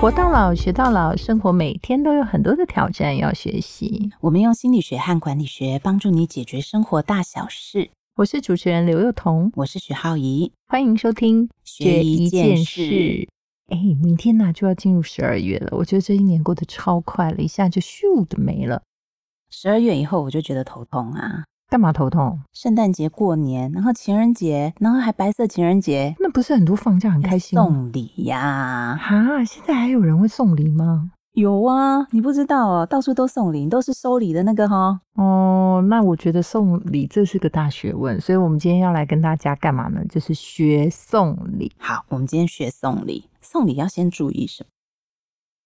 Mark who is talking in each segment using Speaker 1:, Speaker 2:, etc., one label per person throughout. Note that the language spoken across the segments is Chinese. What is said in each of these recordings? Speaker 1: 活到老，学到老，生活每天都有很多的挑战要学习。
Speaker 2: 我们用心理学和管理学帮助你解决生活大小事。
Speaker 1: 我是主持人刘幼彤，
Speaker 2: 我是许浩怡，
Speaker 1: 欢迎收听《
Speaker 2: 学一件事。
Speaker 1: 哎，明天呢、就要进入十二月了，我觉得这一年过得超快了，一下就咻的没了。
Speaker 2: 十二月以后我就觉得头痛啊，
Speaker 1: 干嘛头痛？
Speaker 2: 圣诞节、过年，然后情人节，然后还白色情人节，
Speaker 1: 那不是很多放假很开心吗？
Speaker 2: 送礼呀、
Speaker 1: 哈，现在还有人会送礼吗？
Speaker 2: 有啊，你不知道哦，到处都送礼，你都是收礼的那个哈、哦。
Speaker 1: 哦，那我觉得送礼这是个大学问，所以我们今天要来跟大家干嘛呢？就是学送礼，
Speaker 2: 好，我们今天学送礼，送礼要先注意什么？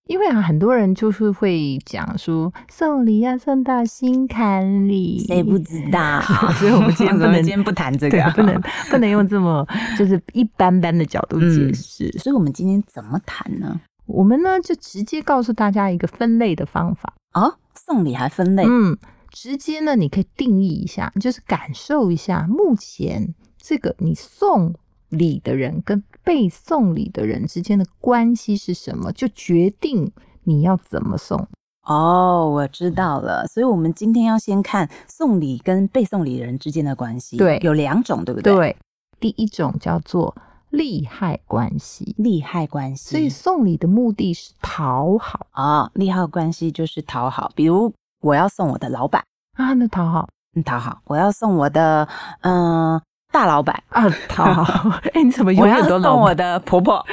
Speaker 1: 因为啊，很多人就是会讲说送礼要送到心坎里，？
Speaker 2: 谁不知道
Speaker 1: 嗯 所以我们今天不能
Speaker 2: 我们今天不谈这
Speaker 1: 对
Speaker 2: 个啊，
Speaker 1: 不能不能用这 么就是一般般的角度
Speaker 2: 嗯
Speaker 1: 解释。
Speaker 2: 所以我们今天怎么谈呢？
Speaker 1: 我们呢就直接告诉大家一个分类的方法，
Speaker 2: 哦，送礼还分类，
Speaker 1: 嗯，直接呢你可以定义一下，就是感受一下目前这个你送礼的人跟被送礼的人之间的关系是什么，就决定你要怎么送。
Speaker 2: 哦，我知道了。所以，我们今天要先看送礼跟被送礼人之间的关系。
Speaker 1: 对
Speaker 2: 有两种，对不对？，
Speaker 1: 第一种叫做利害关系，
Speaker 2: 利害关系。
Speaker 1: 所以送礼的目的是讨好
Speaker 2: 哦，利害关系就是讨好，比如我要送我的老板，
Speaker 1: 啊，那讨好
Speaker 2: 嗯，讨好；我要送我的嗯、呃大老板，
Speaker 1: 啊，讨好， 哎、你怎么永
Speaker 2: 我要
Speaker 1: 远都
Speaker 2: 送
Speaker 1: 老
Speaker 2: 我的婆婆，，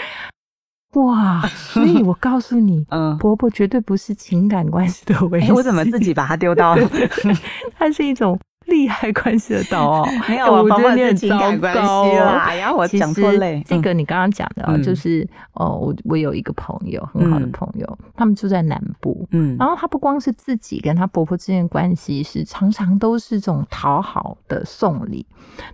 Speaker 1: 哇？所以我告诉你
Speaker 2: 嗯。
Speaker 1: 婆婆绝对不是情感关系的维
Speaker 2: 哎、
Speaker 1: 系，
Speaker 2: 我怎么自 己把它丢到？ 。
Speaker 1: 它是一种利害关系的导哦
Speaker 2: 没有，
Speaker 1: 哎
Speaker 2: 我
Speaker 1: 我
Speaker 2: 方
Speaker 1: 觉得
Speaker 2: 面
Speaker 1: 你
Speaker 2: 是
Speaker 1: 很糟
Speaker 2: 情感关系
Speaker 1: 糕哦
Speaker 2: 啦。哎呀，我
Speaker 1: 其
Speaker 2: 讲
Speaker 1: 实
Speaker 2: 错嘞。
Speaker 1: 这个
Speaker 2: 嗯
Speaker 1: 你刚刚讲的、哦，
Speaker 2: 嗯
Speaker 1: 就是哦，我我有一个朋友，很好的
Speaker 2: 嗯
Speaker 1: 朋友，他们住在南部。
Speaker 2: 嗯
Speaker 1: 然后她不光是自己跟她婆婆之间的关系是常常都是这种讨好的送礼，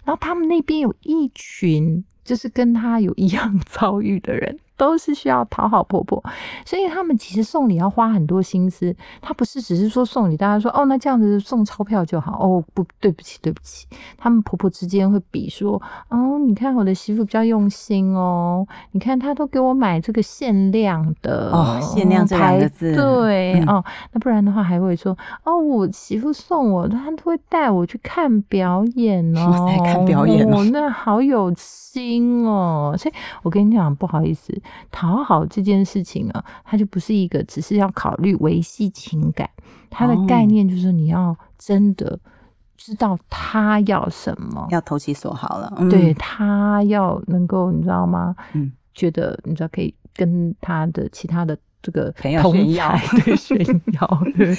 Speaker 1: 然后他们那边有一群就是跟她有一样 遭遇的人，都是需要讨好婆婆，所以他们其实送礼要花很多心思。他不是只是说送礼，大家说哦，那这样子送钞票就好哦，不对不起对不起，他们婆婆之间会比说哦，你看我的媳妇比较用心哦，你看她都给我买这个限量的
Speaker 2: 哦限量这两个
Speaker 1: 排
Speaker 2: 字
Speaker 1: 对、
Speaker 2: 嗯
Speaker 1: 哦，那不然的话还会说哦，我媳妇送我，她都会带我去看表演哦，
Speaker 2: 哇塞看表演哦
Speaker 1: 哦，那好有心哦。所以我跟你讲，不好意思，讨好这件事情啊，它就不是一个只是要考虑维系情感，它的
Speaker 2: 哦
Speaker 1: 概念就是你要真的知道他要什么，
Speaker 2: 要投其所好了。嗯
Speaker 1: 对，他要能够，你知道吗？
Speaker 2: 嗯，
Speaker 1: 觉得你知道可以跟他的其他的这个
Speaker 2: 朋友
Speaker 1: 同
Speaker 2: 炫耀
Speaker 1: 才 对炫耀，对。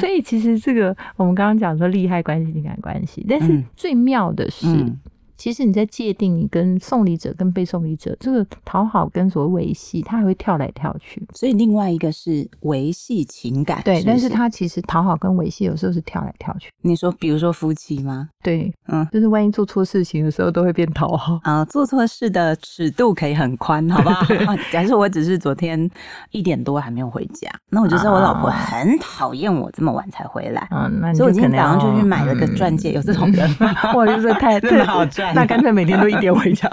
Speaker 1: 所以其实这个我们刚刚讲说利害关系、情感关系，但是
Speaker 2: 嗯
Speaker 1: 最妙的是，
Speaker 2: 嗯
Speaker 1: 其实你在界定你跟送礼者跟被送礼者这个讨好跟所谓维系，他还会跳来跳去。
Speaker 2: 所以另外一个是维系情感，
Speaker 1: 对，但
Speaker 2: 是
Speaker 1: 是
Speaker 2: 不是
Speaker 1: 他其实讨好跟维系有时候是跳来跳去。
Speaker 2: 你说，比如说夫妻吗？
Speaker 1: 对，
Speaker 2: 嗯
Speaker 1: 就是万一做错事情的时候，都会变讨好。
Speaker 2: 啊、做错事的尺度可以很宽，好 不好？啊假设我只是昨天一点多还没有回家，那我就知道我老婆
Speaker 1: 啊
Speaker 2: 很讨厌我这么晚才回来，
Speaker 1: 嗯，那你
Speaker 2: 所以我今
Speaker 1: 可
Speaker 2: 天
Speaker 1: 能
Speaker 2: 早上就
Speaker 1: 要嗯
Speaker 2: 去买了个钻戒。有这种人吗？
Speaker 1: 哇，就是太
Speaker 2: 真的好赚
Speaker 1: 那干脆每天都一点回 家。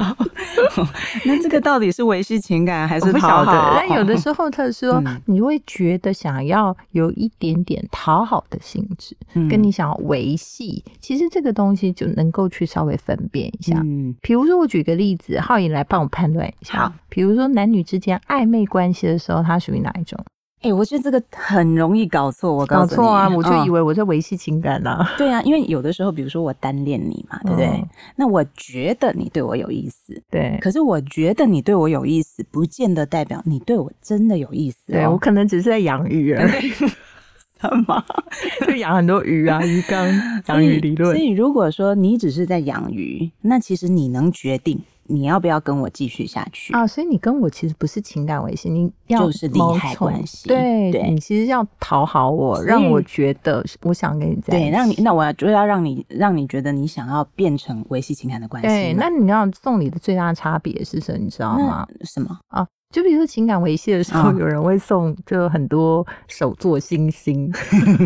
Speaker 2: 那这个到底是维系情感还
Speaker 1: 我
Speaker 2: 是
Speaker 1: 不晓
Speaker 2: 讨好？
Speaker 1: 得，但有的时候他说，
Speaker 2: 嗯
Speaker 1: 你会觉得想要有一点点讨好的性质，
Speaker 2: 嗯
Speaker 1: 跟你想要维系，其实这个东西就能够去稍微分辨一下。
Speaker 2: 嗯，
Speaker 1: 比如说，我举个例子，浩颖来帮我判断一下
Speaker 2: 好。
Speaker 1: 比如说，男女之间暧昧关系的时候，它属于哪一种？
Speaker 2: 哎、我觉得这个很容易搞错，我告
Speaker 1: 搞
Speaker 2: 诉你，
Speaker 1: 错啊！我就
Speaker 2: 嗯
Speaker 1: 以为我在维系情感呢、啊。
Speaker 2: 对啊，因为有的时候，比如说我单恋你嘛，对不对？
Speaker 1: 嗯
Speaker 2: 那我觉得你对我有意思，
Speaker 1: 对，
Speaker 2: 可是我觉得你对我有意思，不见得代表你对我真的有意思、哦。
Speaker 1: 对我可能只是在养鱼而已，
Speaker 2: 什么
Speaker 1: 就养很多鱼啊，鱼缸、
Speaker 2: 所
Speaker 1: 养
Speaker 2: 以
Speaker 1: 鱼理论
Speaker 2: 所。以如果说你只是在养鱼，那其实你能决定你要不要跟我继续下去。
Speaker 1: 啊，所以你跟我其实不是情感维系，你要
Speaker 2: 就是利
Speaker 1: 谋
Speaker 2: 害
Speaker 1: 从
Speaker 2: 关系
Speaker 1: 对
Speaker 2: 对
Speaker 1: 你其实要讨好我，
Speaker 2: 所以
Speaker 1: 让我觉得是我想跟你在一起。
Speaker 2: 对，让你那我就要让你让你觉得你想要变成维系情感的关系嘛。
Speaker 1: 对，那你要送礼的最大差别是什么？你知道吗？
Speaker 2: 那什么？
Speaker 1: 啊，就比如说情感维系的时候，
Speaker 2: 嗯
Speaker 1: 有人会送就很多手做星星，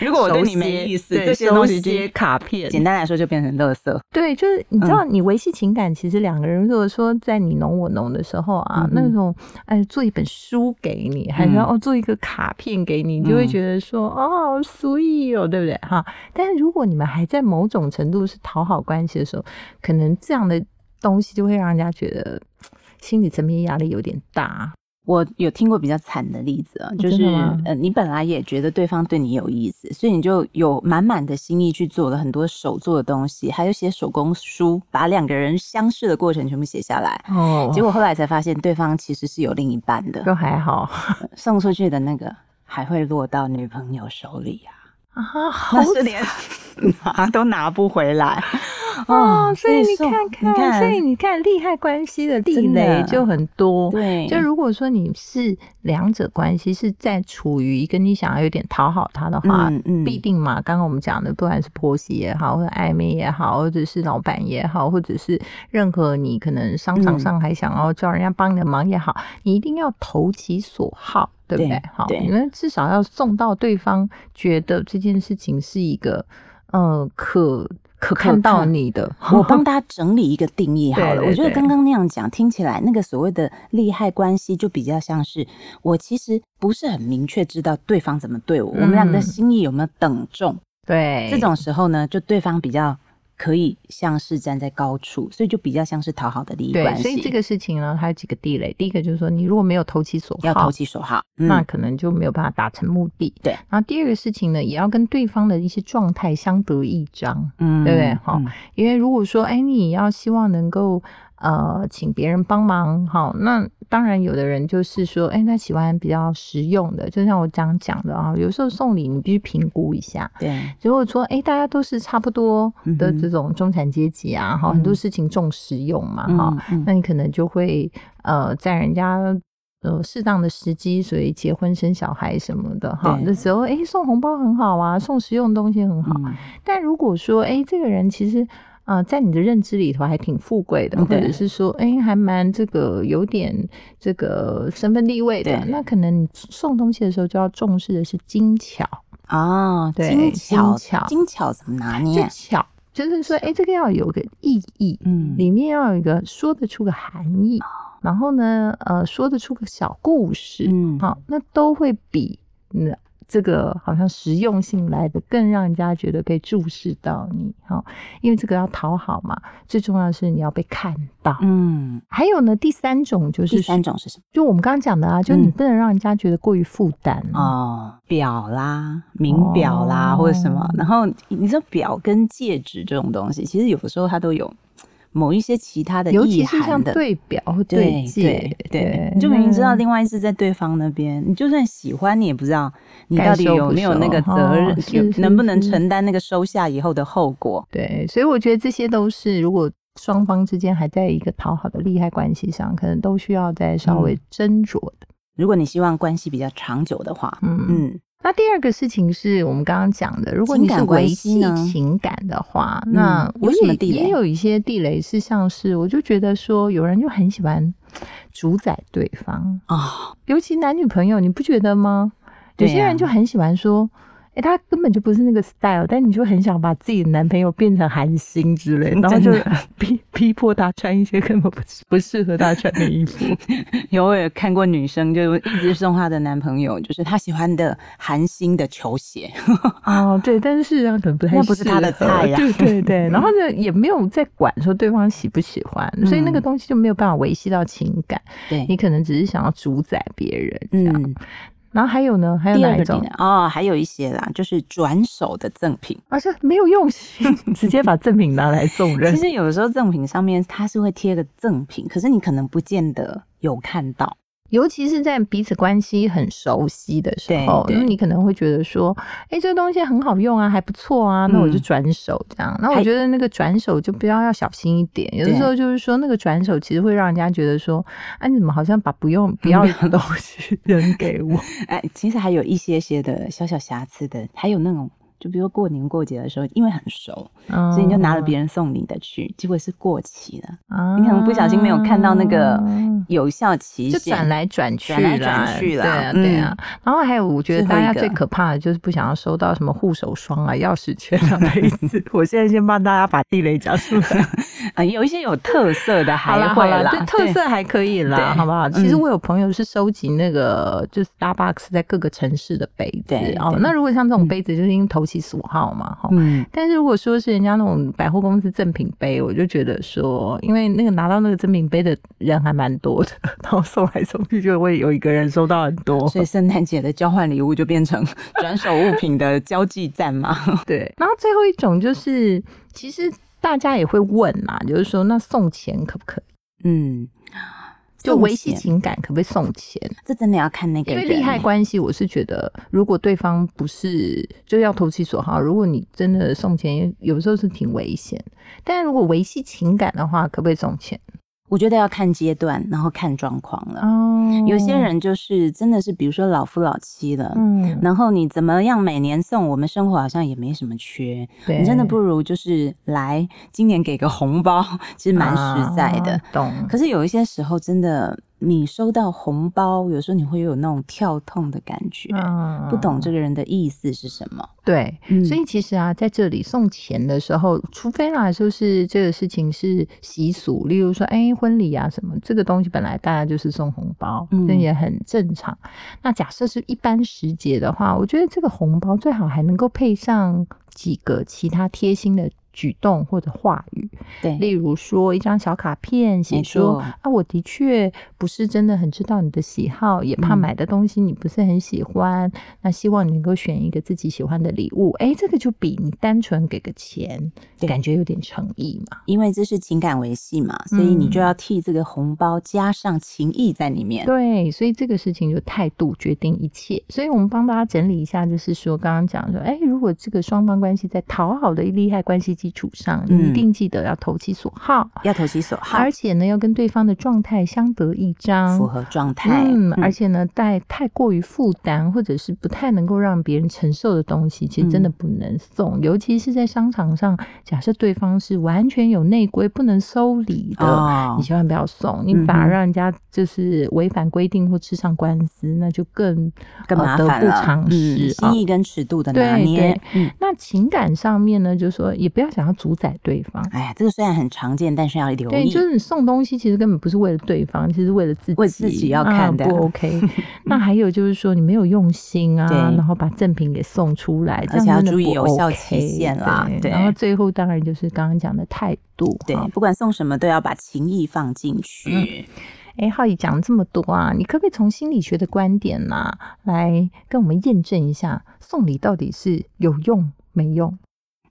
Speaker 2: 如果我对你
Speaker 1: 手
Speaker 2: 没
Speaker 1: 写
Speaker 2: 意思，
Speaker 1: 对
Speaker 2: 这些东西
Speaker 1: 手
Speaker 2: 就
Speaker 1: 写卡片，
Speaker 2: 简单嗯来说就变成垃圾。
Speaker 1: 对，就是你知道，你维系情感，其实两个人如果说在你侬我侬的时候啊，
Speaker 2: 嗯哼
Speaker 1: 那种哎做一本书给你，还是要、哦做一个卡片给你，你就会
Speaker 2: 嗯
Speaker 1: 觉得说、哦 sweet 哦，对不对哈？但是如果你们还在某种程度是讨好关系的时候，可能这样的东西就会让人家觉得嘖心理层面压力有点大。
Speaker 2: 我有听过比较惨的例子啊，就
Speaker 1: 哦真
Speaker 2: 是
Speaker 1: 的吗
Speaker 2: 呃，你本来也觉得对方对你有意思，所以你就有满满的心意去做了很多手做的东西，还有写手工书，把两个人相识的过程全部写下来。
Speaker 1: 哦
Speaker 2: 结果后来才发现，对方其实是有另一半的，
Speaker 1: 就还好
Speaker 2: 送出去的那个还会落到女朋友手里啊，
Speaker 1: 啊，好
Speaker 2: 那是连 拿都拿不回 来
Speaker 1: 哦，
Speaker 2: 啊
Speaker 1: 所以你看看，
Speaker 2: 你看，
Speaker 1: 所以你看利害关系的地
Speaker 2: 真的
Speaker 1: 雷就很多。
Speaker 2: 对，
Speaker 1: 就如果说你是两者关系是在处于一个你想要有点讨好他的话，
Speaker 2: 嗯嗯，
Speaker 1: 必定嘛，刚刚我们讲的，不管是婆媳也好，或者暧昧也好，或者是老板也好，或者是任何你可能商场
Speaker 2: 嗯
Speaker 1: 上还想要叫人家帮你的忙也好，你一定要投其所好，对不对
Speaker 2: 对？
Speaker 1: 好，
Speaker 2: 对
Speaker 1: 你们至少要送到对方觉得这件事情是一个，嗯，可可看到
Speaker 2: 看
Speaker 1: 你的，
Speaker 2: 我帮大家整理一个定义好
Speaker 1: 对
Speaker 2: 了。
Speaker 1: 对
Speaker 2: 我觉得
Speaker 1: 对
Speaker 2: 刚刚那样讲，听起来那个所谓的利害关系，就比较像是我其实不是很明确知道对方怎么对我，我们俩的心意有没有等重。
Speaker 1: 嗯对
Speaker 2: 这种时候呢，就对方比较可以像是站在高处，所以就比较像是讨好的利益
Speaker 1: 对
Speaker 2: 关，系。
Speaker 1: 所以这个事情呢，它有几个地雷。第一个就是说，你如果没有投其所
Speaker 2: 要
Speaker 1: 好
Speaker 2: 投，其所好。
Speaker 1: 那
Speaker 2: 嗯，
Speaker 1: 可能就没有办法达成目的。
Speaker 2: 对
Speaker 1: 然后第二个事情呢，也要跟对方的一些状态相得益彰，
Speaker 2: 嗯
Speaker 1: 对不对好
Speaker 2: 嗯
Speaker 1: 因为如果说，哎，你要希望能够呃请别人帮忙，好，那当然有的人就是说，哎，他喜欢比较实用的，就像我刚刚讲的啊，有时候送礼你必须评估一下，
Speaker 2: 对，
Speaker 1: 如果说，哎，大家都是差不多的
Speaker 2: 嗯哼
Speaker 1: 这种中产阶级啊，哈、很多事情重实用嘛，哈、
Speaker 2: 嗯嗯
Speaker 1: 那你可能就会呃，在人家呃适当的时机，所以结婚生小孩什么的，哈，
Speaker 2: 对
Speaker 1: 那时候，哎，送红包很好啊，送实用的东西很好。
Speaker 2: 嗯
Speaker 1: 但如果说，哎，这个人其实。啊、在你的认知里头还挺富贵的，
Speaker 2: 嗯
Speaker 1: 或者
Speaker 2: 对
Speaker 1: 是说，哎、还蛮这个有点这个身份地位的，
Speaker 2: 对
Speaker 1: 那可能你送东西的时候就要重视的是精巧，
Speaker 2: 哦，
Speaker 1: 对
Speaker 2: 精巧
Speaker 1: 精巧
Speaker 2: 精巧怎么拿
Speaker 1: 就
Speaker 2: 捏？
Speaker 1: 巧，就是说，哎、这个要有个意义，
Speaker 2: 嗯
Speaker 1: 里面要有一个说得出个含义，然后呢，呃，说得出个小故事，
Speaker 2: 哦嗯
Speaker 1: 好，那都会比嗯这个好像实用性来的更让人家觉得可以注视到你，好，因为这个要讨好嘛，最重要的是你要被看到。
Speaker 2: 嗯，
Speaker 1: 还有呢，第三种就是
Speaker 2: 第三，种是什么？
Speaker 1: 就我们刚刚讲的啊，就你
Speaker 2: 嗯
Speaker 1: 不能让人家觉得过于负担，
Speaker 2: 哦，表啦、名表啦，
Speaker 1: 哦
Speaker 2: 或者什么。然后你知道表跟戒指这种东西，其实有的时候它都有某一些其他的
Speaker 1: 尤
Speaker 2: 意
Speaker 1: 其是
Speaker 2: 涵
Speaker 1: 像
Speaker 2: 的。
Speaker 1: 对表或
Speaker 2: 对
Speaker 1: 戒嗯
Speaker 2: 对，对，你就明明知道另外一是在对方那边，你就算喜欢，你也不知道你
Speaker 1: 该
Speaker 2: 到底
Speaker 1: 收
Speaker 2: 有
Speaker 1: 不
Speaker 2: 没有
Speaker 1: 收
Speaker 2: 那个责
Speaker 1: 哦
Speaker 2: 任，
Speaker 1: 是
Speaker 2: 有
Speaker 1: 是
Speaker 2: 能不能
Speaker 1: 是
Speaker 2: 承担那个收下以后的后果？
Speaker 1: 对，所以我觉得这些都是，如果双方之间还在一个讨好的利害关系上，可能都需要再稍
Speaker 2: 嗯
Speaker 1: 微斟酌的。
Speaker 2: 如果你希望关系比较长久的话，
Speaker 1: 嗯，
Speaker 2: 嗯，
Speaker 1: 那第二个事情是我们刚刚讲的，如果你
Speaker 2: 情
Speaker 1: 是
Speaker 2: 感关
Speaker 1: 维
Speaker 2: 系
Speaker 1: 系
Speaker 2: 呢
Speaker 1: 情感的话，
Speaker 2: 嗯
Speaker 1: 那
Speaker 2: 有
Speaker 1: 我
Speaker 2: 什么
Speaker 1: 也
Speaker 2: 地雷
Speaker 1: 也有一些地雷是像是，我就觉得说，有人就很喜欢主宰对方，
Speaker 2: 哦，
Speaker 1: 尤其男女朋友，你不觉得吗？有
Speaker 2: 对
Speaker 1: 些人
Speaker 2: 啊
Speaker 1: 就很喜欢说。哎、他根本就不是那个 style，但你就很想把自己的男朋友变成韩星之 类，然后
Speaker 2: 真
Speaker 1: 就
Speaker 2: 的
Speaker 1: 逼逼迫他穿一些根本不不适合他穿的衣服。
Speaker 2: 有我也看过女生，就一直送她的男朋友，就是她喜欢的韩星的球鞋，
Speaker 1: 哦，对，但是事实上可能不太
Speaker 2: 那不是
Speaker 1: 适
Speaker 2: 他的
Speaker 1: 合
Speaker 2: 菜呀
Speaker 1: 对对 对，然后呢也没有在管说对方喜不喜欢，所以那个
Speaker 2: 嗯
Speaker 1: 东西就没有办法维系到情感，
Speaker 2: 对
Speaker 1: 你可能只是想要主宰别人这样。
Speaker 2: 嗯，
Speaker 1: 然后还有呢，还有
Speaker 2: 第
Speaker 1: 哪
Speaker 2: 二
Speaker 1: 一
Speaker 2: 个点
Speaker 1: 种？
Speaker 2: 哦，还有一些啦，就是转手的赠品。
Speaker 1: 而且啊没有用 心，直接把赠品拿来送人
Speaker 2: 其。实有的时候赠品上面它是会贴个赠品，可是你可能不见得有看到。
Speaker 1: 尤其是在彼此关系很熟悉的时候，
Speaker 2: 对对
Speaker 1: 那你可能会觉得说，哎，这个东西很好用啊，还不错啊，那我就
Speaker 2: 嗯
Speaker 1: 转手这样。那我
Speaker 2: 还
Speaker 1: 觉得那个转手就比较要小心一点，有的
Speaker 2: 对
Speaker 1: 时候就是说那个转手其实会让人家觉得说，哎，你怎么好像把不用不要 的东西扔给我？
Speaker 2: 哎，其实还有一些些的小小瑕疵的，还有那种就比如过年过节的时候，因为很熟，
Speaker 1: 嗯
Speaker 2: 所以你就拿了别人送你的去，结果是过期的，
Speaker 1: 啊
Speaker 2: 你可能不小心没有看到那个有效期
Speaker 1: 嗯就
Speaker 2: 限，
Speaker 1: 转来转去啦，
Speaker 2: 转来转去啦
Speaker 1: 对啊
Speaker 2: 嗯
Speaker 1: 对啊。然后还有，我觉得
Speaker 2: 最后
Speaker 1: 大
Speaker 2: 一
Speaker 1: 家
Speaker 2: 个
Speaker 1: 最可怕的就是不想要收到什么护手霜啊、钥匙圈啊、杯 子。我现在先帮大家把地雷讲出来。
Speaker 2: 啊，有一些有特色的
Speaker 1: 好
Speaker 2: 还
Speaker 1: 啦，
Speaker 2: 会
Speaker 1: 好啦，
Speaker 2: 对
Speaker 1: 对特色还可以啦，
Speaker 2: 对
Speaker 1: 好不好？其实
Speaker 2: 嗯
Speaker 1: 我有朋友是收集那个，就是 Starbucks 在各个城市的杯子
Speaker 2: 对
Speaker 1: 哦
Speaker 2: 对。
Speaker 1: 那如果像这种
Speaker 2: 嗯
Speaker 1: 杯子，就是因为投其所好嘛，哈。
Speaker 2: 嗯，
Speaker 1: 但是如果说是人家那种百货公司赠品杯，我就觉得说，因为那个拿到那个赠品杯的人还蛮多的，然后送来送去就会有一个人收到很多。
Speaker 2: 所以圣诞节的交换礼物就变成 转手物品的交际战嘛。
Speaker 1: 对，然后最后一种就是，其实大家也会问嘛，就是说那送钱可不可以？
Speaker 2: 嗯，
Speaker 1: 就
Speaker 2: 送
Speaker 1: 维系
Speaker 2: 钱
Speaker 1: 情感可不可以送钱？
Speaker 2: 这真的要看那个
Speaker 1: 因为
Speaker 2: 人，
Speaker 1: 利害关系，我是觉得如果对方不是就要投其所好，如果你真的送钱，有时候是挺危险。但如果维系情感的话，可不可以送钱？
Speaker 2: 我觉得要看阶段，然后看状况了。
Speaker 1: 哦
Speaker 2: 有些，人就是真的是，比如说老夫老妻了。
Speaker 1: 嗯，
Speaker 2: 然后你怎么样每年送？我们生活好像也没什么缺，
Speaker 1: 对
Speaker 2: 你真的不如就是来今年给个红包，其实蛮实在的。
Speaker 1: 啊懂？
Speaker 2: 可是有一些时候，真的你收到红包，有时候你会有那种跳痛的感觉，
Speaker 1: 嗯
Speaker 2: 不懂这个人的意思是什么。
Speaker 1: 对，
Speaker 2: 嗯
Speaker 1: 所以其实啊，在这里送钱的时候，除非啦，就是这个事情是习俗，例如说，哎，婚礼啊什么，这个东西本来大家就是送红包，
Speaker 2: 嗯
Speaker 1: 这也很正常。那假设是一般时节的话，我觉得这个红包最好还能够配上几个其他贴心的举动或者话语，
Speaker 2: 对，
Speaker 1: 例如说一张小卡片，写
Speaker 2: 没
Speaker 1: 说
Speaker 2: 错
Speaker 1: 啊，我的确不是真的很知道你的喜好，也怕
Speaker 2: 嗯
Speaker 1: 买的东西你不是很喜欢，那希望你能够选一个自己喜欢的礼物。哎，这个就比你单纯给个钱，
Speaker 2: 对
Speaker 1: 感觉有点诚意嘛。
Speaker 2: 因为这是情感维系嘛，所以你就要替这个红包加上情谊在里面。
Speaker 1: 嗯对，所以这个事情就态度决定一切。所以我们帮大家整理一下，就是说刚刚讲说，哎，如果这个双方关系在讨好的利害关系基础上，你一
Speaker 2: 嗯
Speaker 1: 定记得要投其所好，
Speaker 2: 要投其所好
Speaker 1: 而，且呢要跟对方的状态相得益彰，
Speaker 2: 符合状态。
Speaker 1: 嗯，而
Speaker 2: 且
Speaker 1: 且呢，带太过于负担或者是不太能够让别人承受的东西，其实
Speaker 2: 嗯
Speaker 1: 真的不能送，尤其是在商场上，假设对方是完全有内规不能收礼的。
Speaker 2: 哦
Speaker 1: 呃你，千万不要送，你
Speaker 2: 嗯哼
Speaker 1: 反而让人家就是违反规定或吃上官司，那就更
Speaker 2: 更
Speaker 1: 呃
Speaker 2: 麻
Speaker 1: 得
Speaker 2: 烦
Speaker 1: 不
Speaker 2: 了。嗯
Speaker 1: 偿失啊
Speaker 2: 心。意跟尺度的拿
Speaker 1: 对
Speaker 2: 捏
Speaker 1: 对。
Speaker 2: 嗯，
Speaker 1: 那情感上面呢，就是说也不要想要主宰对方，
Speaker 2: 哎呀，这个虽然很常见，但是要留
Speaker 1: 对，
Speaker 2: 意
Speaker 1: 就。是你送东西，其实根本不是为了对方，其实为了自己，
Speaker 2: 为自己要看的
Speaker 1: 啊、不 OK。那还有就是说，你没有用心啊
Speaker 2: 对，
Speaker 1: 然后把赠品给送出来，这
Speaker 2: 而
Speaker 1: 样
Speaker 2: 且要
Speaker 1: 真的
Speaker 2: 注意
Speaker 1: 不
Speaker 2: 有效
Speaker 1: OK，
Speaker 2: 期限啦
Speaker 1: 对，
Speaker 2: 对
Speaker 1: 然后最后当然就是刚刚讲的态度。
Speaker 2: 对
Speaker 1: 哈，
Speaker 2: 不管送什么，都要把情谊放进去。
Speaker 1: 哎，浩宇讲了这么多啊，你可不可以从心理学的观点呐、来跟我们验证一下，送礼到底是有用没用？嗯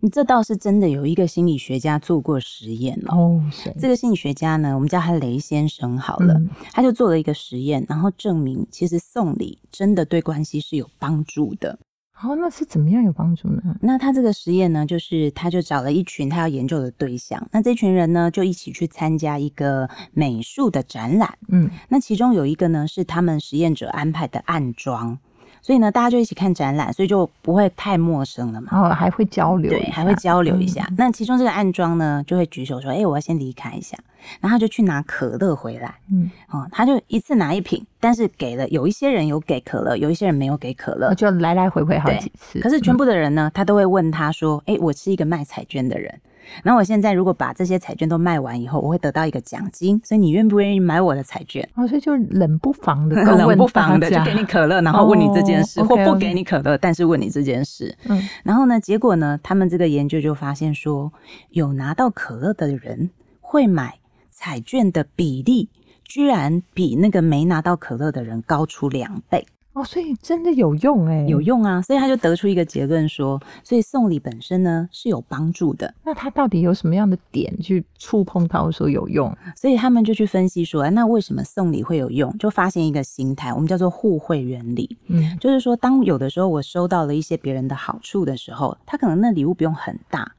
Speaker 2: 嗯这倒是真的，有一个心理学家做过实验哦。
Speaker 1: 哦，谁？
Speaker 2: 这个心理学家呢，我们叫他雷先生好了，
Speaker 1: 嗯
Speaker 2: 他就做了一个实验，然后证明其实送礼真的对关系是有帮助的。
Speaker 1: 哦，那是怎么样有帮助呢？
Speaker 2: 那他这个实验呢，就是他就找了一群他要研究的对象，那这群人呢就一起去参加一个美术的展览，
Speaker 1: 嗯，
Speaker 2: 那其中有一个呢是他们实验者安排的暗装。所以呢，大家就一起看展览，所以就不会太陌生了嘛。
Speaker 1: 然后还会交流一下，嗯
Speaker 2: 对，还会交流一下。那其中这个暗装呢，就会举手说：“哎、我要先离开一下。”然后他就去拿可乐回来，
Speaker 1: 嗯，
Speaker 2: 哦，他就一次拿一瓶，但是给了有一些人有给可乐，有一些人没有给可乐。
Speaker 1: 就来来回回好
Speaker 2: 对
Speaker 1: 几次。
Speaker 2: 可是全部的人呢，他都会问他说：“哎、我是一个卖彩券的人，然后我现在如果把这些彩券都卖完以后，我会得到一个奖金，所以你愿不愿意买我的彩券？”
Speaker 1: 哦，所以就冷不 防的，
Speaker 2: 冷不防的就给
Speaker 1: 你，
Speaker 2: 你可乐，然后问你这件事，
Speaker 1: 哦
Speaker 2: 或
Speaker 1: OK，OK
Speaker 2: 不给你可乐，但是问你这件事。
Speaker 1: 嗯，
Speaker 2: 然后呢，结果呢，他们这个研究就发现说，有拿到可乐的人会买彩券的比例，居然比那个没拿到可乐的人高出两倍，
Speaker 1: 哦，所以真的有用哎、
Speaker 2: 有。用啊！所以他就得出一个结论说，所以送礼本身呢是有帮助的。
Speaker 1: 那它到底有什么样的点去触碰到说有用？
Speaker 2: 所以他们就去分析说，哎，那为什么送礼会有用？就发现一个心态，我们叫做互惠原理。
Speaker 1: 嗯，
Speaker 2: 就是说，当有的时候我收到了一些别人的好处的时候，他可能那礼物不用很大，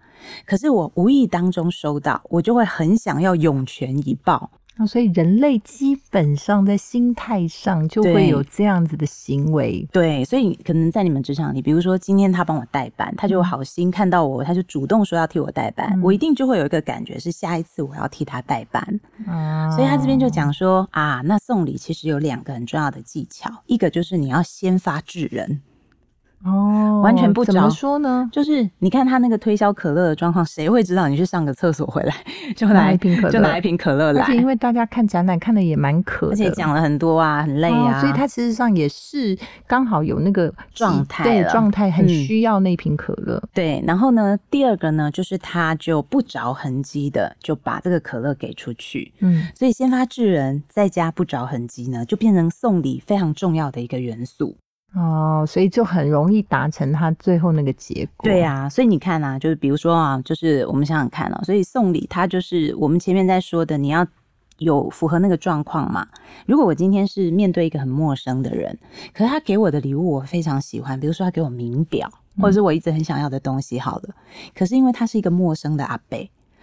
Speaker 2: 可是我无意当中收到，我就会很想要涌泉以报。
Speaker 1: 那哦所以人类基本上在心态上就
Speaker 2: 对
Speaker 1: 会有这样子的行为，
Speaker 2: 对，所以可能在你们职场里，比如说今天他帮我代班，他就好心看到我，他就主动说要替我代班，
Speaker 1: 嗯
Speaker 2: 我一定就会有一个感觉是下一次我要替他代班。
Speaker 1: 啊
Speaker 2: 所以他这边就讲说啊，那送礼其实有两个很重要的技巧，一个就是你要先发制人，
Speaker 1: 哦，
Speaker 2: 完全不
Speaker 1: 怎么
Speaker 2: 找
Speaker 1: 说呢？
Speaker 2: 就是你看他那个推销可乐的状况，谁会知道你去上个厕所回来 就拿
Speaker 1: 拿一瓶可乐
Speaker 2: 就拿一瓶可乐
Speaker 1: 而
Speaker 2: 来
Speaker 1: 且？因为大家看展览看的也蛮渴的，
Speaker 2: 而且讲了很多啊，很累
Speaker 1: 哦
Speaker 2: 啊，
Speaker 1: 所以他其实上也是刚好有那个
Speaker 2: 状态
Speaker 1: 对
Speaker 2: 了
Speaker 1: 状态
Speaker 2: 嗯
Speaker 1: 很需要那瓶可乐。
Speaker 2: 对，然后呢，第二个呢，就是他就不着痕迹的就把这个可乐给出去，
Speaker 1: 嗯，
Speaker 2: 所以先发制人，在家不着痕迹呢，就变成送礼非常重要的一个元素。
Speaker 1: 哦，所以就很容易达成他最后那个结果。
Speaker 2: 对、啊，所以你看啊，就是比如说啊，就是我们想想看哦，所以送礼它就是我们前面在说的，你要有符合那个状况嘛。如果我今天是面对一个很陌生的人，可是他给我的礼物我非常喜欢，比如说他给我名表，或
Speaker 1: 嗯
Speaker 2: 者是我一直很想要的东西，好了，可是因为他是一个陌生的阿伯，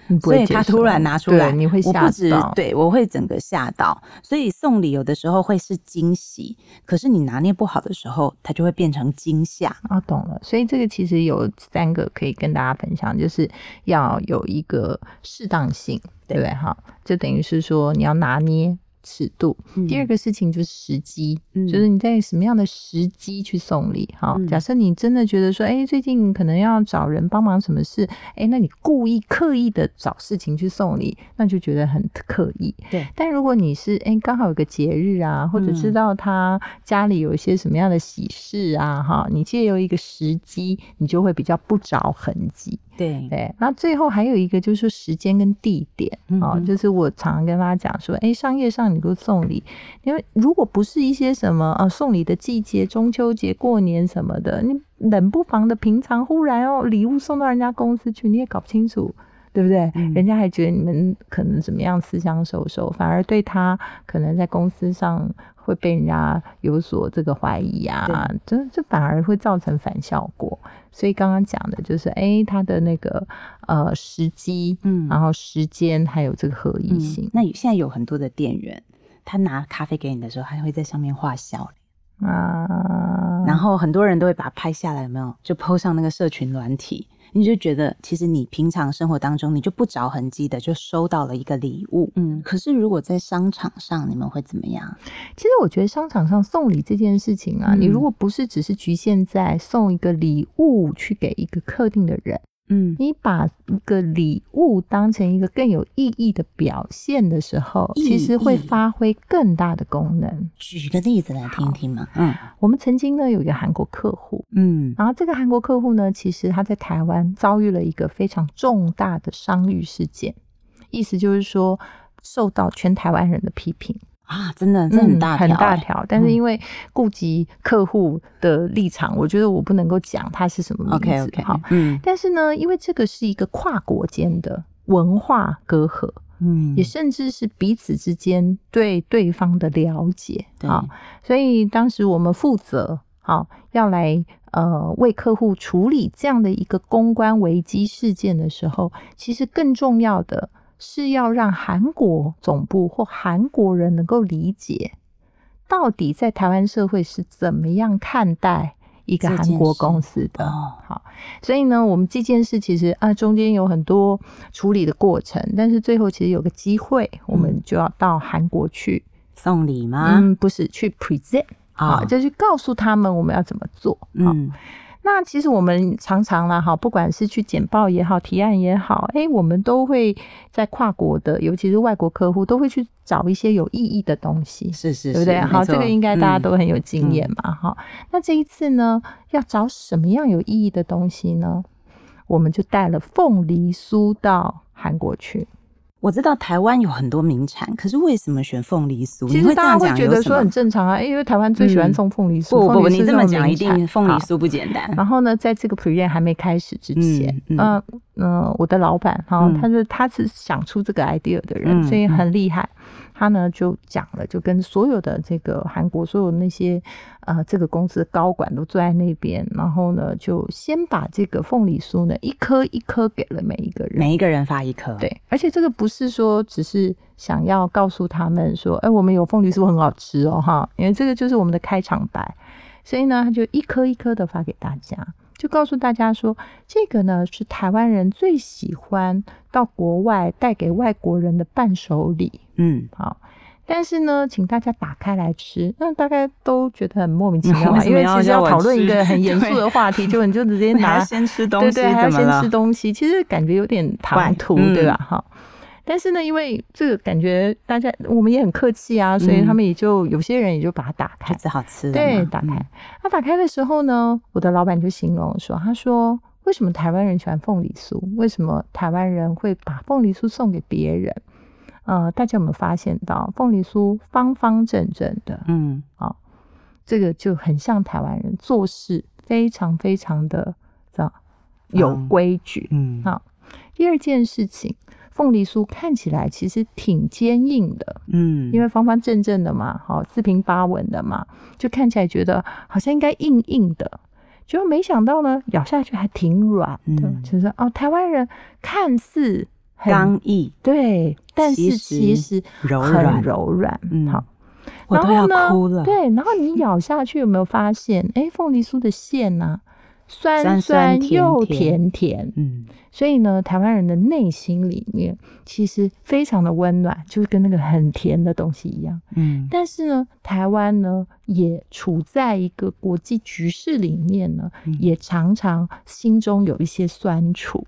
Speaker 1: 你不
Speaker 2: 所
Speaker 1: 会
Speaker 2: 以他
Speaker 1: 接受
Speaker 2: 突然拿出来，
Speaker 1: 对你会
Speaker 2: 我
Speaker 1: 吓
Speaker 2: 不止
Speaker 1: 到。
Speaker 2: 对我会整个吓到。所以送礼有的时候会是惊喜，可是你拿捏不好的时候，它就会变成惊吓。
Speaker 1: 啊，懂了。所以这个其实有三个可以跟大家分享，就是要有一个适当性，对不对？哈，就等于是说你要拿捏尺度。第二
Speaker 2: 个，
Speaker 1: 个事情就是时机，
Speaker 2: 嗯
Speaker 1: 就是你在什么样的时机去送礼。哈，
Speaker 2: 嗯
Speaker 1: 假设你真的觉得说，哎、最近可能要找人帮忙什么事，哎、那你故意刻意的找事情去送礼，那就觉得很刻意。
Speaker 2: 对
Speaker 1: 但如果你是哎刚、好有个节日啊，或者知道他家里有一些什么样的喜事啊，哈、你借由一个时机，你就会比较不着痕迹。
Speaker 2: 对，
Speaker 1: 对，那最后还有一个就是说时间跟地点
Speaker 2: 嗯
Speaker 1: 哦，
Speaker 2: 哼
Speaker 1: 就是我常常跟大家讲说，哎，商业上你给我送礼，因为如果不是一些什么呃送礼的季节，中秋节、过年什么的，你冷不防的平常忽然哦礼物送到人家公司去，你也搞不清楚。对不对？
Speaker 2: 嗯
Speaker 1: 人家还觉得你们可能怎么样私相授受，反而对他可能在公司上会被人家有所这个怀疑啊，这这反而会造成反效果。所以刚刚讲的就是，哎，他的那个呃时机，
Speaker 2: 嗯
Speaker 1: 然后时间还有这个合一性
Speaker 2: 嗯。那有现在有很多的店员，他拿咖啡给你的时候，他会在上面画笑脸，
Speaker 1: 啊，
Speaker 2: 然后很多人都会把它拍下来，有没有？就 PO 上那个社群软体，你就觉得其实你平常生活当中，你就不着痕迹的就收到了一个礼物。
Speaker 1: 嗯，
Speaker 2: 可是如果在商场上，你们会怎么样？
Speaker 1: 其实我觉得商场上送礼这件事情啊，
Speaker 2: 嗯
Speaker 1: 你如果不是只是局限在送一个礼物去给一个特定的人，
Speaker 2: 嗯，
Speaker 1: 你把一个礼物当成一个更有意义的表现的时候，
Speaker 2: 意
Speaker 1: 其
Speaker 2: 义
Speaker 1: 实会发挥更大的功能。
Speaker 2: 举个例子来听听嘛。嗯
Speaker 1: 我们曾经呢有一个韩国客户，
Speaker 2: 嗯
Speaker 1: 然后这个韩国客户呢，其实他在台湾遭遇了一个非常重大的商誉事件，意思就是说受到全台湾人的批评，
Speaker 2: 啊，真的，这很大
Speaker 1: 嗯
Speaker 2: 条、
Speaker 1: 很大
Speaker 2: 欸
Speaker 1: 条。但是因为顾及客户的立场，我觉得我不能够讲他是什么名字
Speaker 2: OK OK，
Speaker 1: 好，
Speaker 2: 嗯
Speaker 1: 但是呢，因为这个是一个跨国间的文化隔阂，
Speaker 2: 嗯
Speaker 1: 也甚至是彼此之间对对方的了解
Speaker 2: 对
Speaker 1: 啊、所以当时我们负责啊、要来呃为客户处理这样的一个公关危机事件的时候，其实更重要的是要让韩国总部或韩国人能够理解，到底在台湾社会是怎么样看待一个
Speaker 2: 这
Speaker 1: 韩
Speaker 2: 件
Speaker 1: 国
Speaker 2: 事
Speaker 1: 公司的。
Speaker 2: 哦，
Speaker 1: 好，所以呢，我们这件事其实啊，中间有很多处理的过程，但是最后其实有个机会，我
Speaker 2: 嗯
Speaker 1: 们就要到韩国去，
Speaker 2: 送礼吗？哦
Speaker 1: 嗯，不是去 present 啊，就去告诉他们我们要怎么做。好，
Speaker 2: 嗯
Speaker 1: 那其实我们常常啦，哈，不管是去简报也好，提案也好，哎，我们都会在跨国的，尤其是外国客户，都会去找一些有意义的东西。
Speaker 2: 是是是，
Speaker 1: 对不对？
Speaker 2: 没
Speaker 1: 好，
Speaker 2: 错
Speaker 1: 这个应该大家、
Speaker 2: 嗯
Speaker 1: 都很有经验嘛。哈、那这一次呢，要找什么样有意义的东西呢？我们就带了凤梨酥到韩国去。
Speaker 2: 我知道台湾有很多名产，可是为什么选凤梨酥？
Speaker 1: 其
Speaker 2: 哦你
Speaker 1: 实
Speaker 2: 这
Speaker 1: 大家
Speaker 2: 样
Speaker 1: 会
Speaker 2: 讲
Speaker 1: 觉
Speaker 2: 有
Speaker 1: 得
Speaker 2: 什
Speaker 1: 说
Speaker 2: 么嗯
Speaker 1: 很正常啊，因为台湾最喜欢送凤梨酥。
Speaker 2: 不不
Speaker 1: 凤
Speaker 2: 不，
Speaker 1: 梨酥
Speaker 2: 你这
Speaker 1: 种
Speaker 2: 么讲
Speaker 1: 名
Speaker 2: 一定
Speaker 1: 产
Speaker 2: 凤梨。
Speaker 1: 好
Speaker 2: 酥不简单。
Speaker 1: 然后呢，在这个 pre 还没开始之前，
Speaker 2: 嗯嗯
Speaker 1: 呃嗯，我的老板哈，
Speaker 2: 嗯
Speaker 1: 他是他是想出这个 idea 的人，
Speaker 2: 嗯
Speaker 1: 所以很厉害。他呢就讲了，就跟所有的这个韩国所有那些呃这个公司的高管都坐在那边，然后呢就先把这个凤梨酥呢一颗一颗给了每一个人。
Speaker 2: 每一个人发一颗，，
Speaker 1: 对，而且这个不是说只是想要告诉他们说，哎、我们有凤梨酥很好吃哦，哈，因为这个就是我们的开场白，所以呢，他就一颗一颗的发给大家，就告诉大家说，这个呢是台湾人最喜欢到国外带给外国人的伴手礼，
Speaker 2: 嗯，
Speaker 1: 好。但是呢，请大家打开来吃，那大概都觉得很莫名其妙
Speaker 2: 为
Speaker 1: 啊，
Speaker 2: 什
Speaker 1: 因
Speaker 2: 么
Speaker 1: 为
Speaker 2: 要
Speaker 1: 其实
Speaker 2: 要
Speaker 1: 要
Speaker 2: 我
Speaker 1: 讨论一
Speaker 2: 吃
Speaker 1: 个很严肃
Speaker 2: 对
Speaker 1: 的话题，就你就直接
Speaker 2: 还
Speaker 1: 拿
Speaker 2: 要先吃东西，
Speaker 1: 对对，还要
Speaker 2: 怎么
Speaker 1: 先
Speaker 2: 了
Speaker 1: 吃？东西，其实感觉有点唐突，
Speaker 2: 怪嗯
Speaker 1: 对吧？哈、但是呢，因为这个感觉大家我们也很客气啊，所以
Speaker 2: 嗯
Speaker 1: 他们也就、有些人也就把它打开
Speaker 2: 就，只好吃了嘛，
Speaker 1: 对，打开。
Speaker 2: 嗯
Speaker 1: 他、打开的时候呢，我的老板就形容说，他说为什么台湾人喜欢凤梨酥？为什么台湾人会把凤梨酥送给别人？呃，大家有没有发现到凤梨酥方方正正的，
Speaker 2: 嗯，
Speaker 1: 这个就很像台湾人做事非常非常的这样有
Speaker 2: 嗯
Speaker 1: 规矩。
Speaker 2: 嗯
Speaker 1: 好第二件事情，凤梨酥看起来其实挺坚硬的，
Speaker 2: 嗯，
Speaker 1: 因为方方正正的嘛，好、四平八稳的嘛，就看起来觉得好像应该硬硬的，结果没想到呢，咬下去还挺软的，
Speaker 2: 嗯
Speaker 1: 就是哦，台湾人看似很
Speaker 2: 刚毅
Speaker 1: 对，但
Speaker 2: 其
Speaker 1: 是
Speaker 2: 实
Speaker 1: 其实
Speaker 2: 柔
Speaker 1: 很
Speaker 2: 软，
Speaker 1: 柔软，
Speaker 2: 嗯
Speaker 1: 好。
Speaker 2: 我都要哭了，
Speaker 1: 对，然后你咬下去有没有发现？哎，凤梨酥的馅呢、酸
Speaker 2: 酸酸甜
Speaker 1: 又
Speaker 2: 甜
Speaker 1: 甜甜，
Speaker 2: 嗯，
Speaker 1: 所以呢，台湾人的内心里面其实非常的温暖，就是跟那个很甜的东西一样。
Speaker 2: 嗯
Speaker 1: 但是呢，台湾呢也处在一个国际局势里面呢，
Speaker 2: 嗯
Speaker 1: 也常常心中有一些酸楚，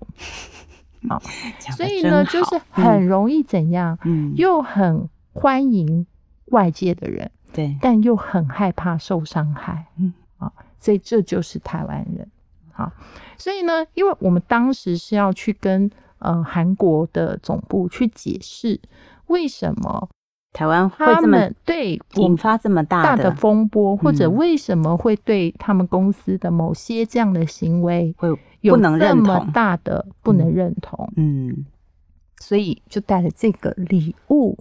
Speaker 2: 讲得
Speaker 1: 所以
Speaker 2: 啊真
Speaker 1: 呢，
Speaker 2: 好
Speaker 1: 就是很容易怎样，
Speaker 2: 嗯，嗯
Speaker 1: 又很欢迎外界的人，
Speaker 2: 对，
Speaker 1: 但又很害怕受伤害，
Speaker 2: 嗯
Speaker 1: 嗯啊，所以这就是台湾人。好，所以呢，因为我们当时是要去跟呃韩国的总部去解释为什么
Speaker 2: 台湾会
Speaker 1: 他
Speaker 2: 这么
Speaker 1: 们对我
Speaker 2: 引
Speaker 1: 们
Speaker 2: 发这么大
Speaker 1: 大
Speaker 2: 的
Speaker 1: 的风波，或者
Speaker 2: 嗯
Speaker 1: 为什么会对他们公司的某些这样的行为
Speaker 2: 会
Speaker 1: 有
Speaker 2: 不能
Speaker 1: 这
Speaker 2: 认
Speaker 1: 么
Speaker 2: 同，
Speaker 1: 大的不能认同，
Speaker 2: 嗯
Speaker 1: 所以就带了这个礼物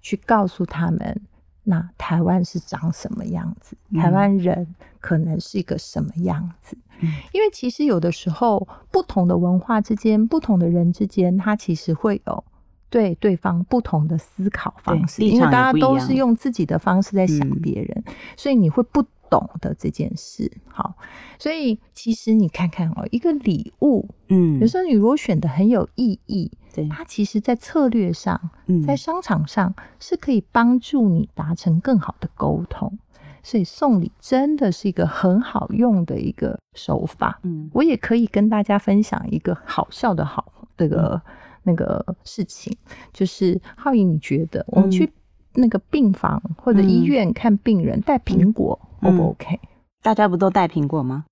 Speaker 1: 去告诉他们，那台湾是长什么样子，
Speaker 2: 嗯
Speaker 1: 台湾人可能是一个什么样子。
Speaker 2: 嗯
Speaker 1: 因为其实有的时候，不同的文化之间、不同的人之间，他其实会有。对对方不同的思考方式，
Speaker 2: 对立
Speaker 1: 因为
Speaker 2: 场也
Speaker 1: 大家
Speaker 2: 不一
Speaker 1: 都
Speaker 2: 样
Speaker 1: 是用自己的方式在想
Speaker 2: 嗯
Speaker 1: 别人，所以你会不懂的这件事。好，所以其实你看看哦，一个礼物，
Speaker 2: 嗯，
Speaker 1: 有时候你如果选的很有意义，
Speaker 2: 对，
Speaker 1: 它其实在策略上，
Speaker 2: 嗯
Speaker 1: 在商场上是可以帮助你达成更好的沟通，所以送礼真的是一个很好用的一个手法。
Speaker 2: 嗯
Speaker 1: 我也可以跟大家分享一个好笑的好这个、那个事情，就是浩宇，你觉得我们去那个病房或者医院看病人带苹果、
Speaker 2: 嗯
Speaker 1: O 不 OK？
Speaker 2: 大家不都带苹果吗？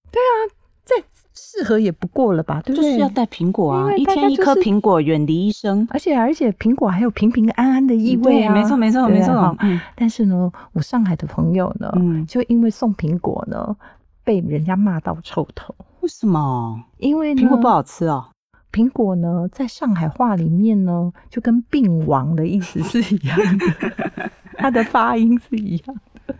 Speaker 1: 再适合也不过了吧，对不
Speaker 2: 就
Speaker 1: 对？
Speaker 2: 是要带苹果
Speaker 1: 因
Speaker 2: 啊，
Speaker 1: 为
Speaker 2: 一
Speaker 1: 大家
Speaker 2: 天一
Speaker 1: 就
Speaker 2: 颗
Speaker 1: 是
Speaker 2: 苹果，远离医生。
Speaker 1: 而且而且苹果还有平平安安的意味
Speaker 2: 对，
Speaker 1: 啊，
Speaker 2: 没错没错
Speaker 1: 对
Speaker 2: 没
Speaker 1: 啊
Speaker 2: 错
Speaker 1: 哈，
Speaker 2: 嗯
Speaker 1: 但是呢，我上海的朋友呢，
Speaker 2: 嗯，
Speaker 1: 就因为送苹果呢，被人家骂到臭头。
Speaker 2: 为什么
Speaker 1: 因为呢
Speaker 2: 苹果不，好吃哦？
Speaker 1: 苹果呢，在上海话里面呢，就跟病亡的意思是一样的， 它的发音是一样的。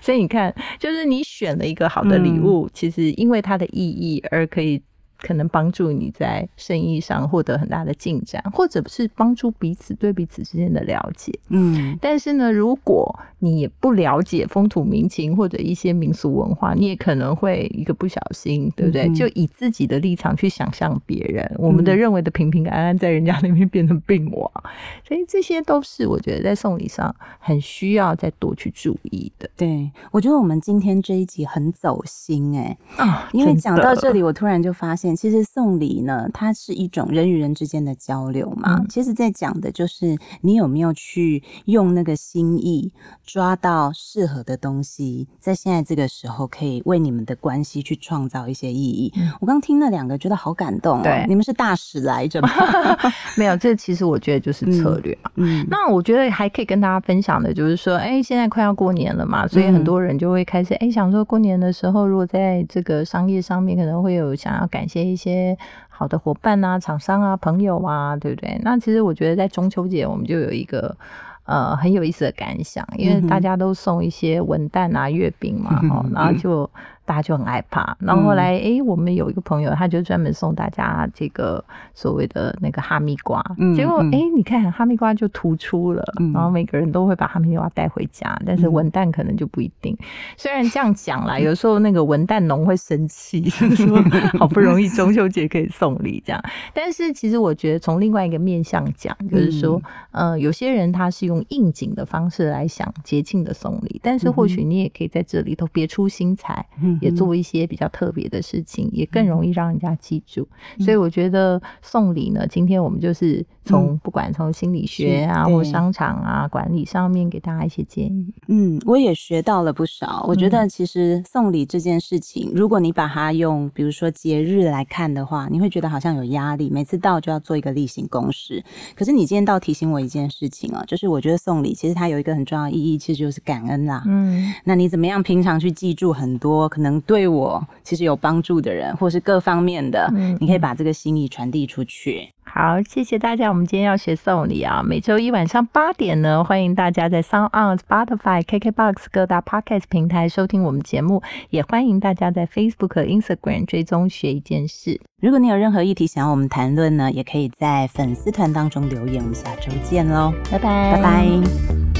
Speaker 1: 所以你看，就是你选了一个好的礼
Speaker 2: 嗯
Speaker 1: 物，其实因为它的意义而可以可能帮助你在生意上获得很大的进展，或者是帮助彼此对彼此之间的了解。
Speaker 2: 嗯，
Speaker 1: 但是呢，如果你也不了解风土民情或者一些民俗文化，你也可能会一个不小心，对不对？
Speaker 2: 嗯
Speaker 1: 就以自己的立场去想象别人，我们的
Speaker 2: 嗯
Speaker 1: 认为的平平安安，在人家那边变成病亡，所以这些都是我觉得在送礼上很需要再多去注意的
Speaker 2: 对，我觉得我们今天这一集很走心哎、
Speaker 1: 啊
Speaker 2: 因为讲到这
Speaker 1: 里，
Speaker 2: 里，我突然就发现，其实送礼呢，它是一种人与人之间的交流嘛。
Speaker 1: 嗯
Speaker 2: 其实，在讲的就是你有没有去用那个心意抓到适合的东西，在现在这个时候，可以为你们的关系去创造一些意义。
Speaker 1: 嗯
Speaker 2: 我刚听那两个，觉得好感动哦。
Speaker 1: 对
Speaker 2: 你们是大使 来着吗？
Speaker 1: 没有，这其实我觉得就是策略嘛。
Speaker 2: 嗯，
Speaker 1: 那我觉得还可以跟大家分享的就是说，哎、现在快要过年了
Speaker 2: 嗯
Speaker 1: 嘛，所以很多人就会开始哎、想说过年的时候，如果在这个商业上面可能会有想要感谢接一些好的伙伴啊、厂商啊、朋友啊，对不对？那其实我觉得在中秋节我们就有一个呃很有意思的感想，因为
Speaker 2: 嗯哼
Speaker 1: 大家都送一些文旦啊、月饼嘛，
Speaker 2: 嗯
Speaker 1: 哦
Speaker 2: 哼，
Speaker 1: 然后就大家就很爱怕。然后后 来
Speaker 2: 嗯
Speaker 1: 诶，我们有一个朋友，他就专门送大家这个所谓的那个哈密瓜，
Speaker 2: 嗯
Speaker 1: 结果哎
Speaker 2: 嗯
Speaker 1: 诶，你看哈密瓜就突出了，
Speaker 2: 嗯
Speaker 1: 然后每个人都会把哈密瓜带回家，但是
Speaker 2: 嗯
Speaker 1: 文旦可能就不一定。虽然这样讲啦，有时候那个文旦农会生气， 就说好不容易中秋节可以送礼这样，但是其实我觉得从另外一个面向讲，就是说，
Speaker 2: 嗯
Speaker 1: 呃，有些人他是用应景的方式来想节庆的送礼，但是或
Speaker 2: 嗯
Speaker 1: 许你也可以在这里头别出心裁，也做一些比较特别的事情，也更容易让人家记住。所以我觉得送礼呢，今天我们就是从、不管从心理学啊，
Speaker 2: 是对
Speaker 1: 或商场啊管理上面给大家一些建议。
Speaker 2: 嗯，我也学到了不少。我觉
Speaker 1: 嗯
Speaker 2: 得其实送礼这件事情，如果你把它用比如说节日来看的话，你会觉得好像有压力，每次到就要做一个例行公事。可是你今天倒提醒我一件事情哦，就是我觉得送礼其实它有一个很重要的意义，其实就是感恩啦。
Speaker 1: 嗯
Speaker 2: 那你怎么样平常去记住很多可能对我其实有帮助的人，或是各方面的，
Speaker 1: 嗯
Speaker 2: 你可以把这个心意传递出去。
Speaker 1: 好，谢谢大家。我们今天要学送礼啊，每周一晚上八点呢，欢迎大家在 Sound On、Spotify、KKBox 各大 Podcast 平台收听我们节目，也欢迎大家在 Facebook、Instagram 追踪学一件事。
Speaker 2: 如果你有任何议题想要我们谈论呢，也可以在粉丝团当中留言。我们下周见喽，
Speaker 1: 拜拜，
Speaker 2: 拜拜。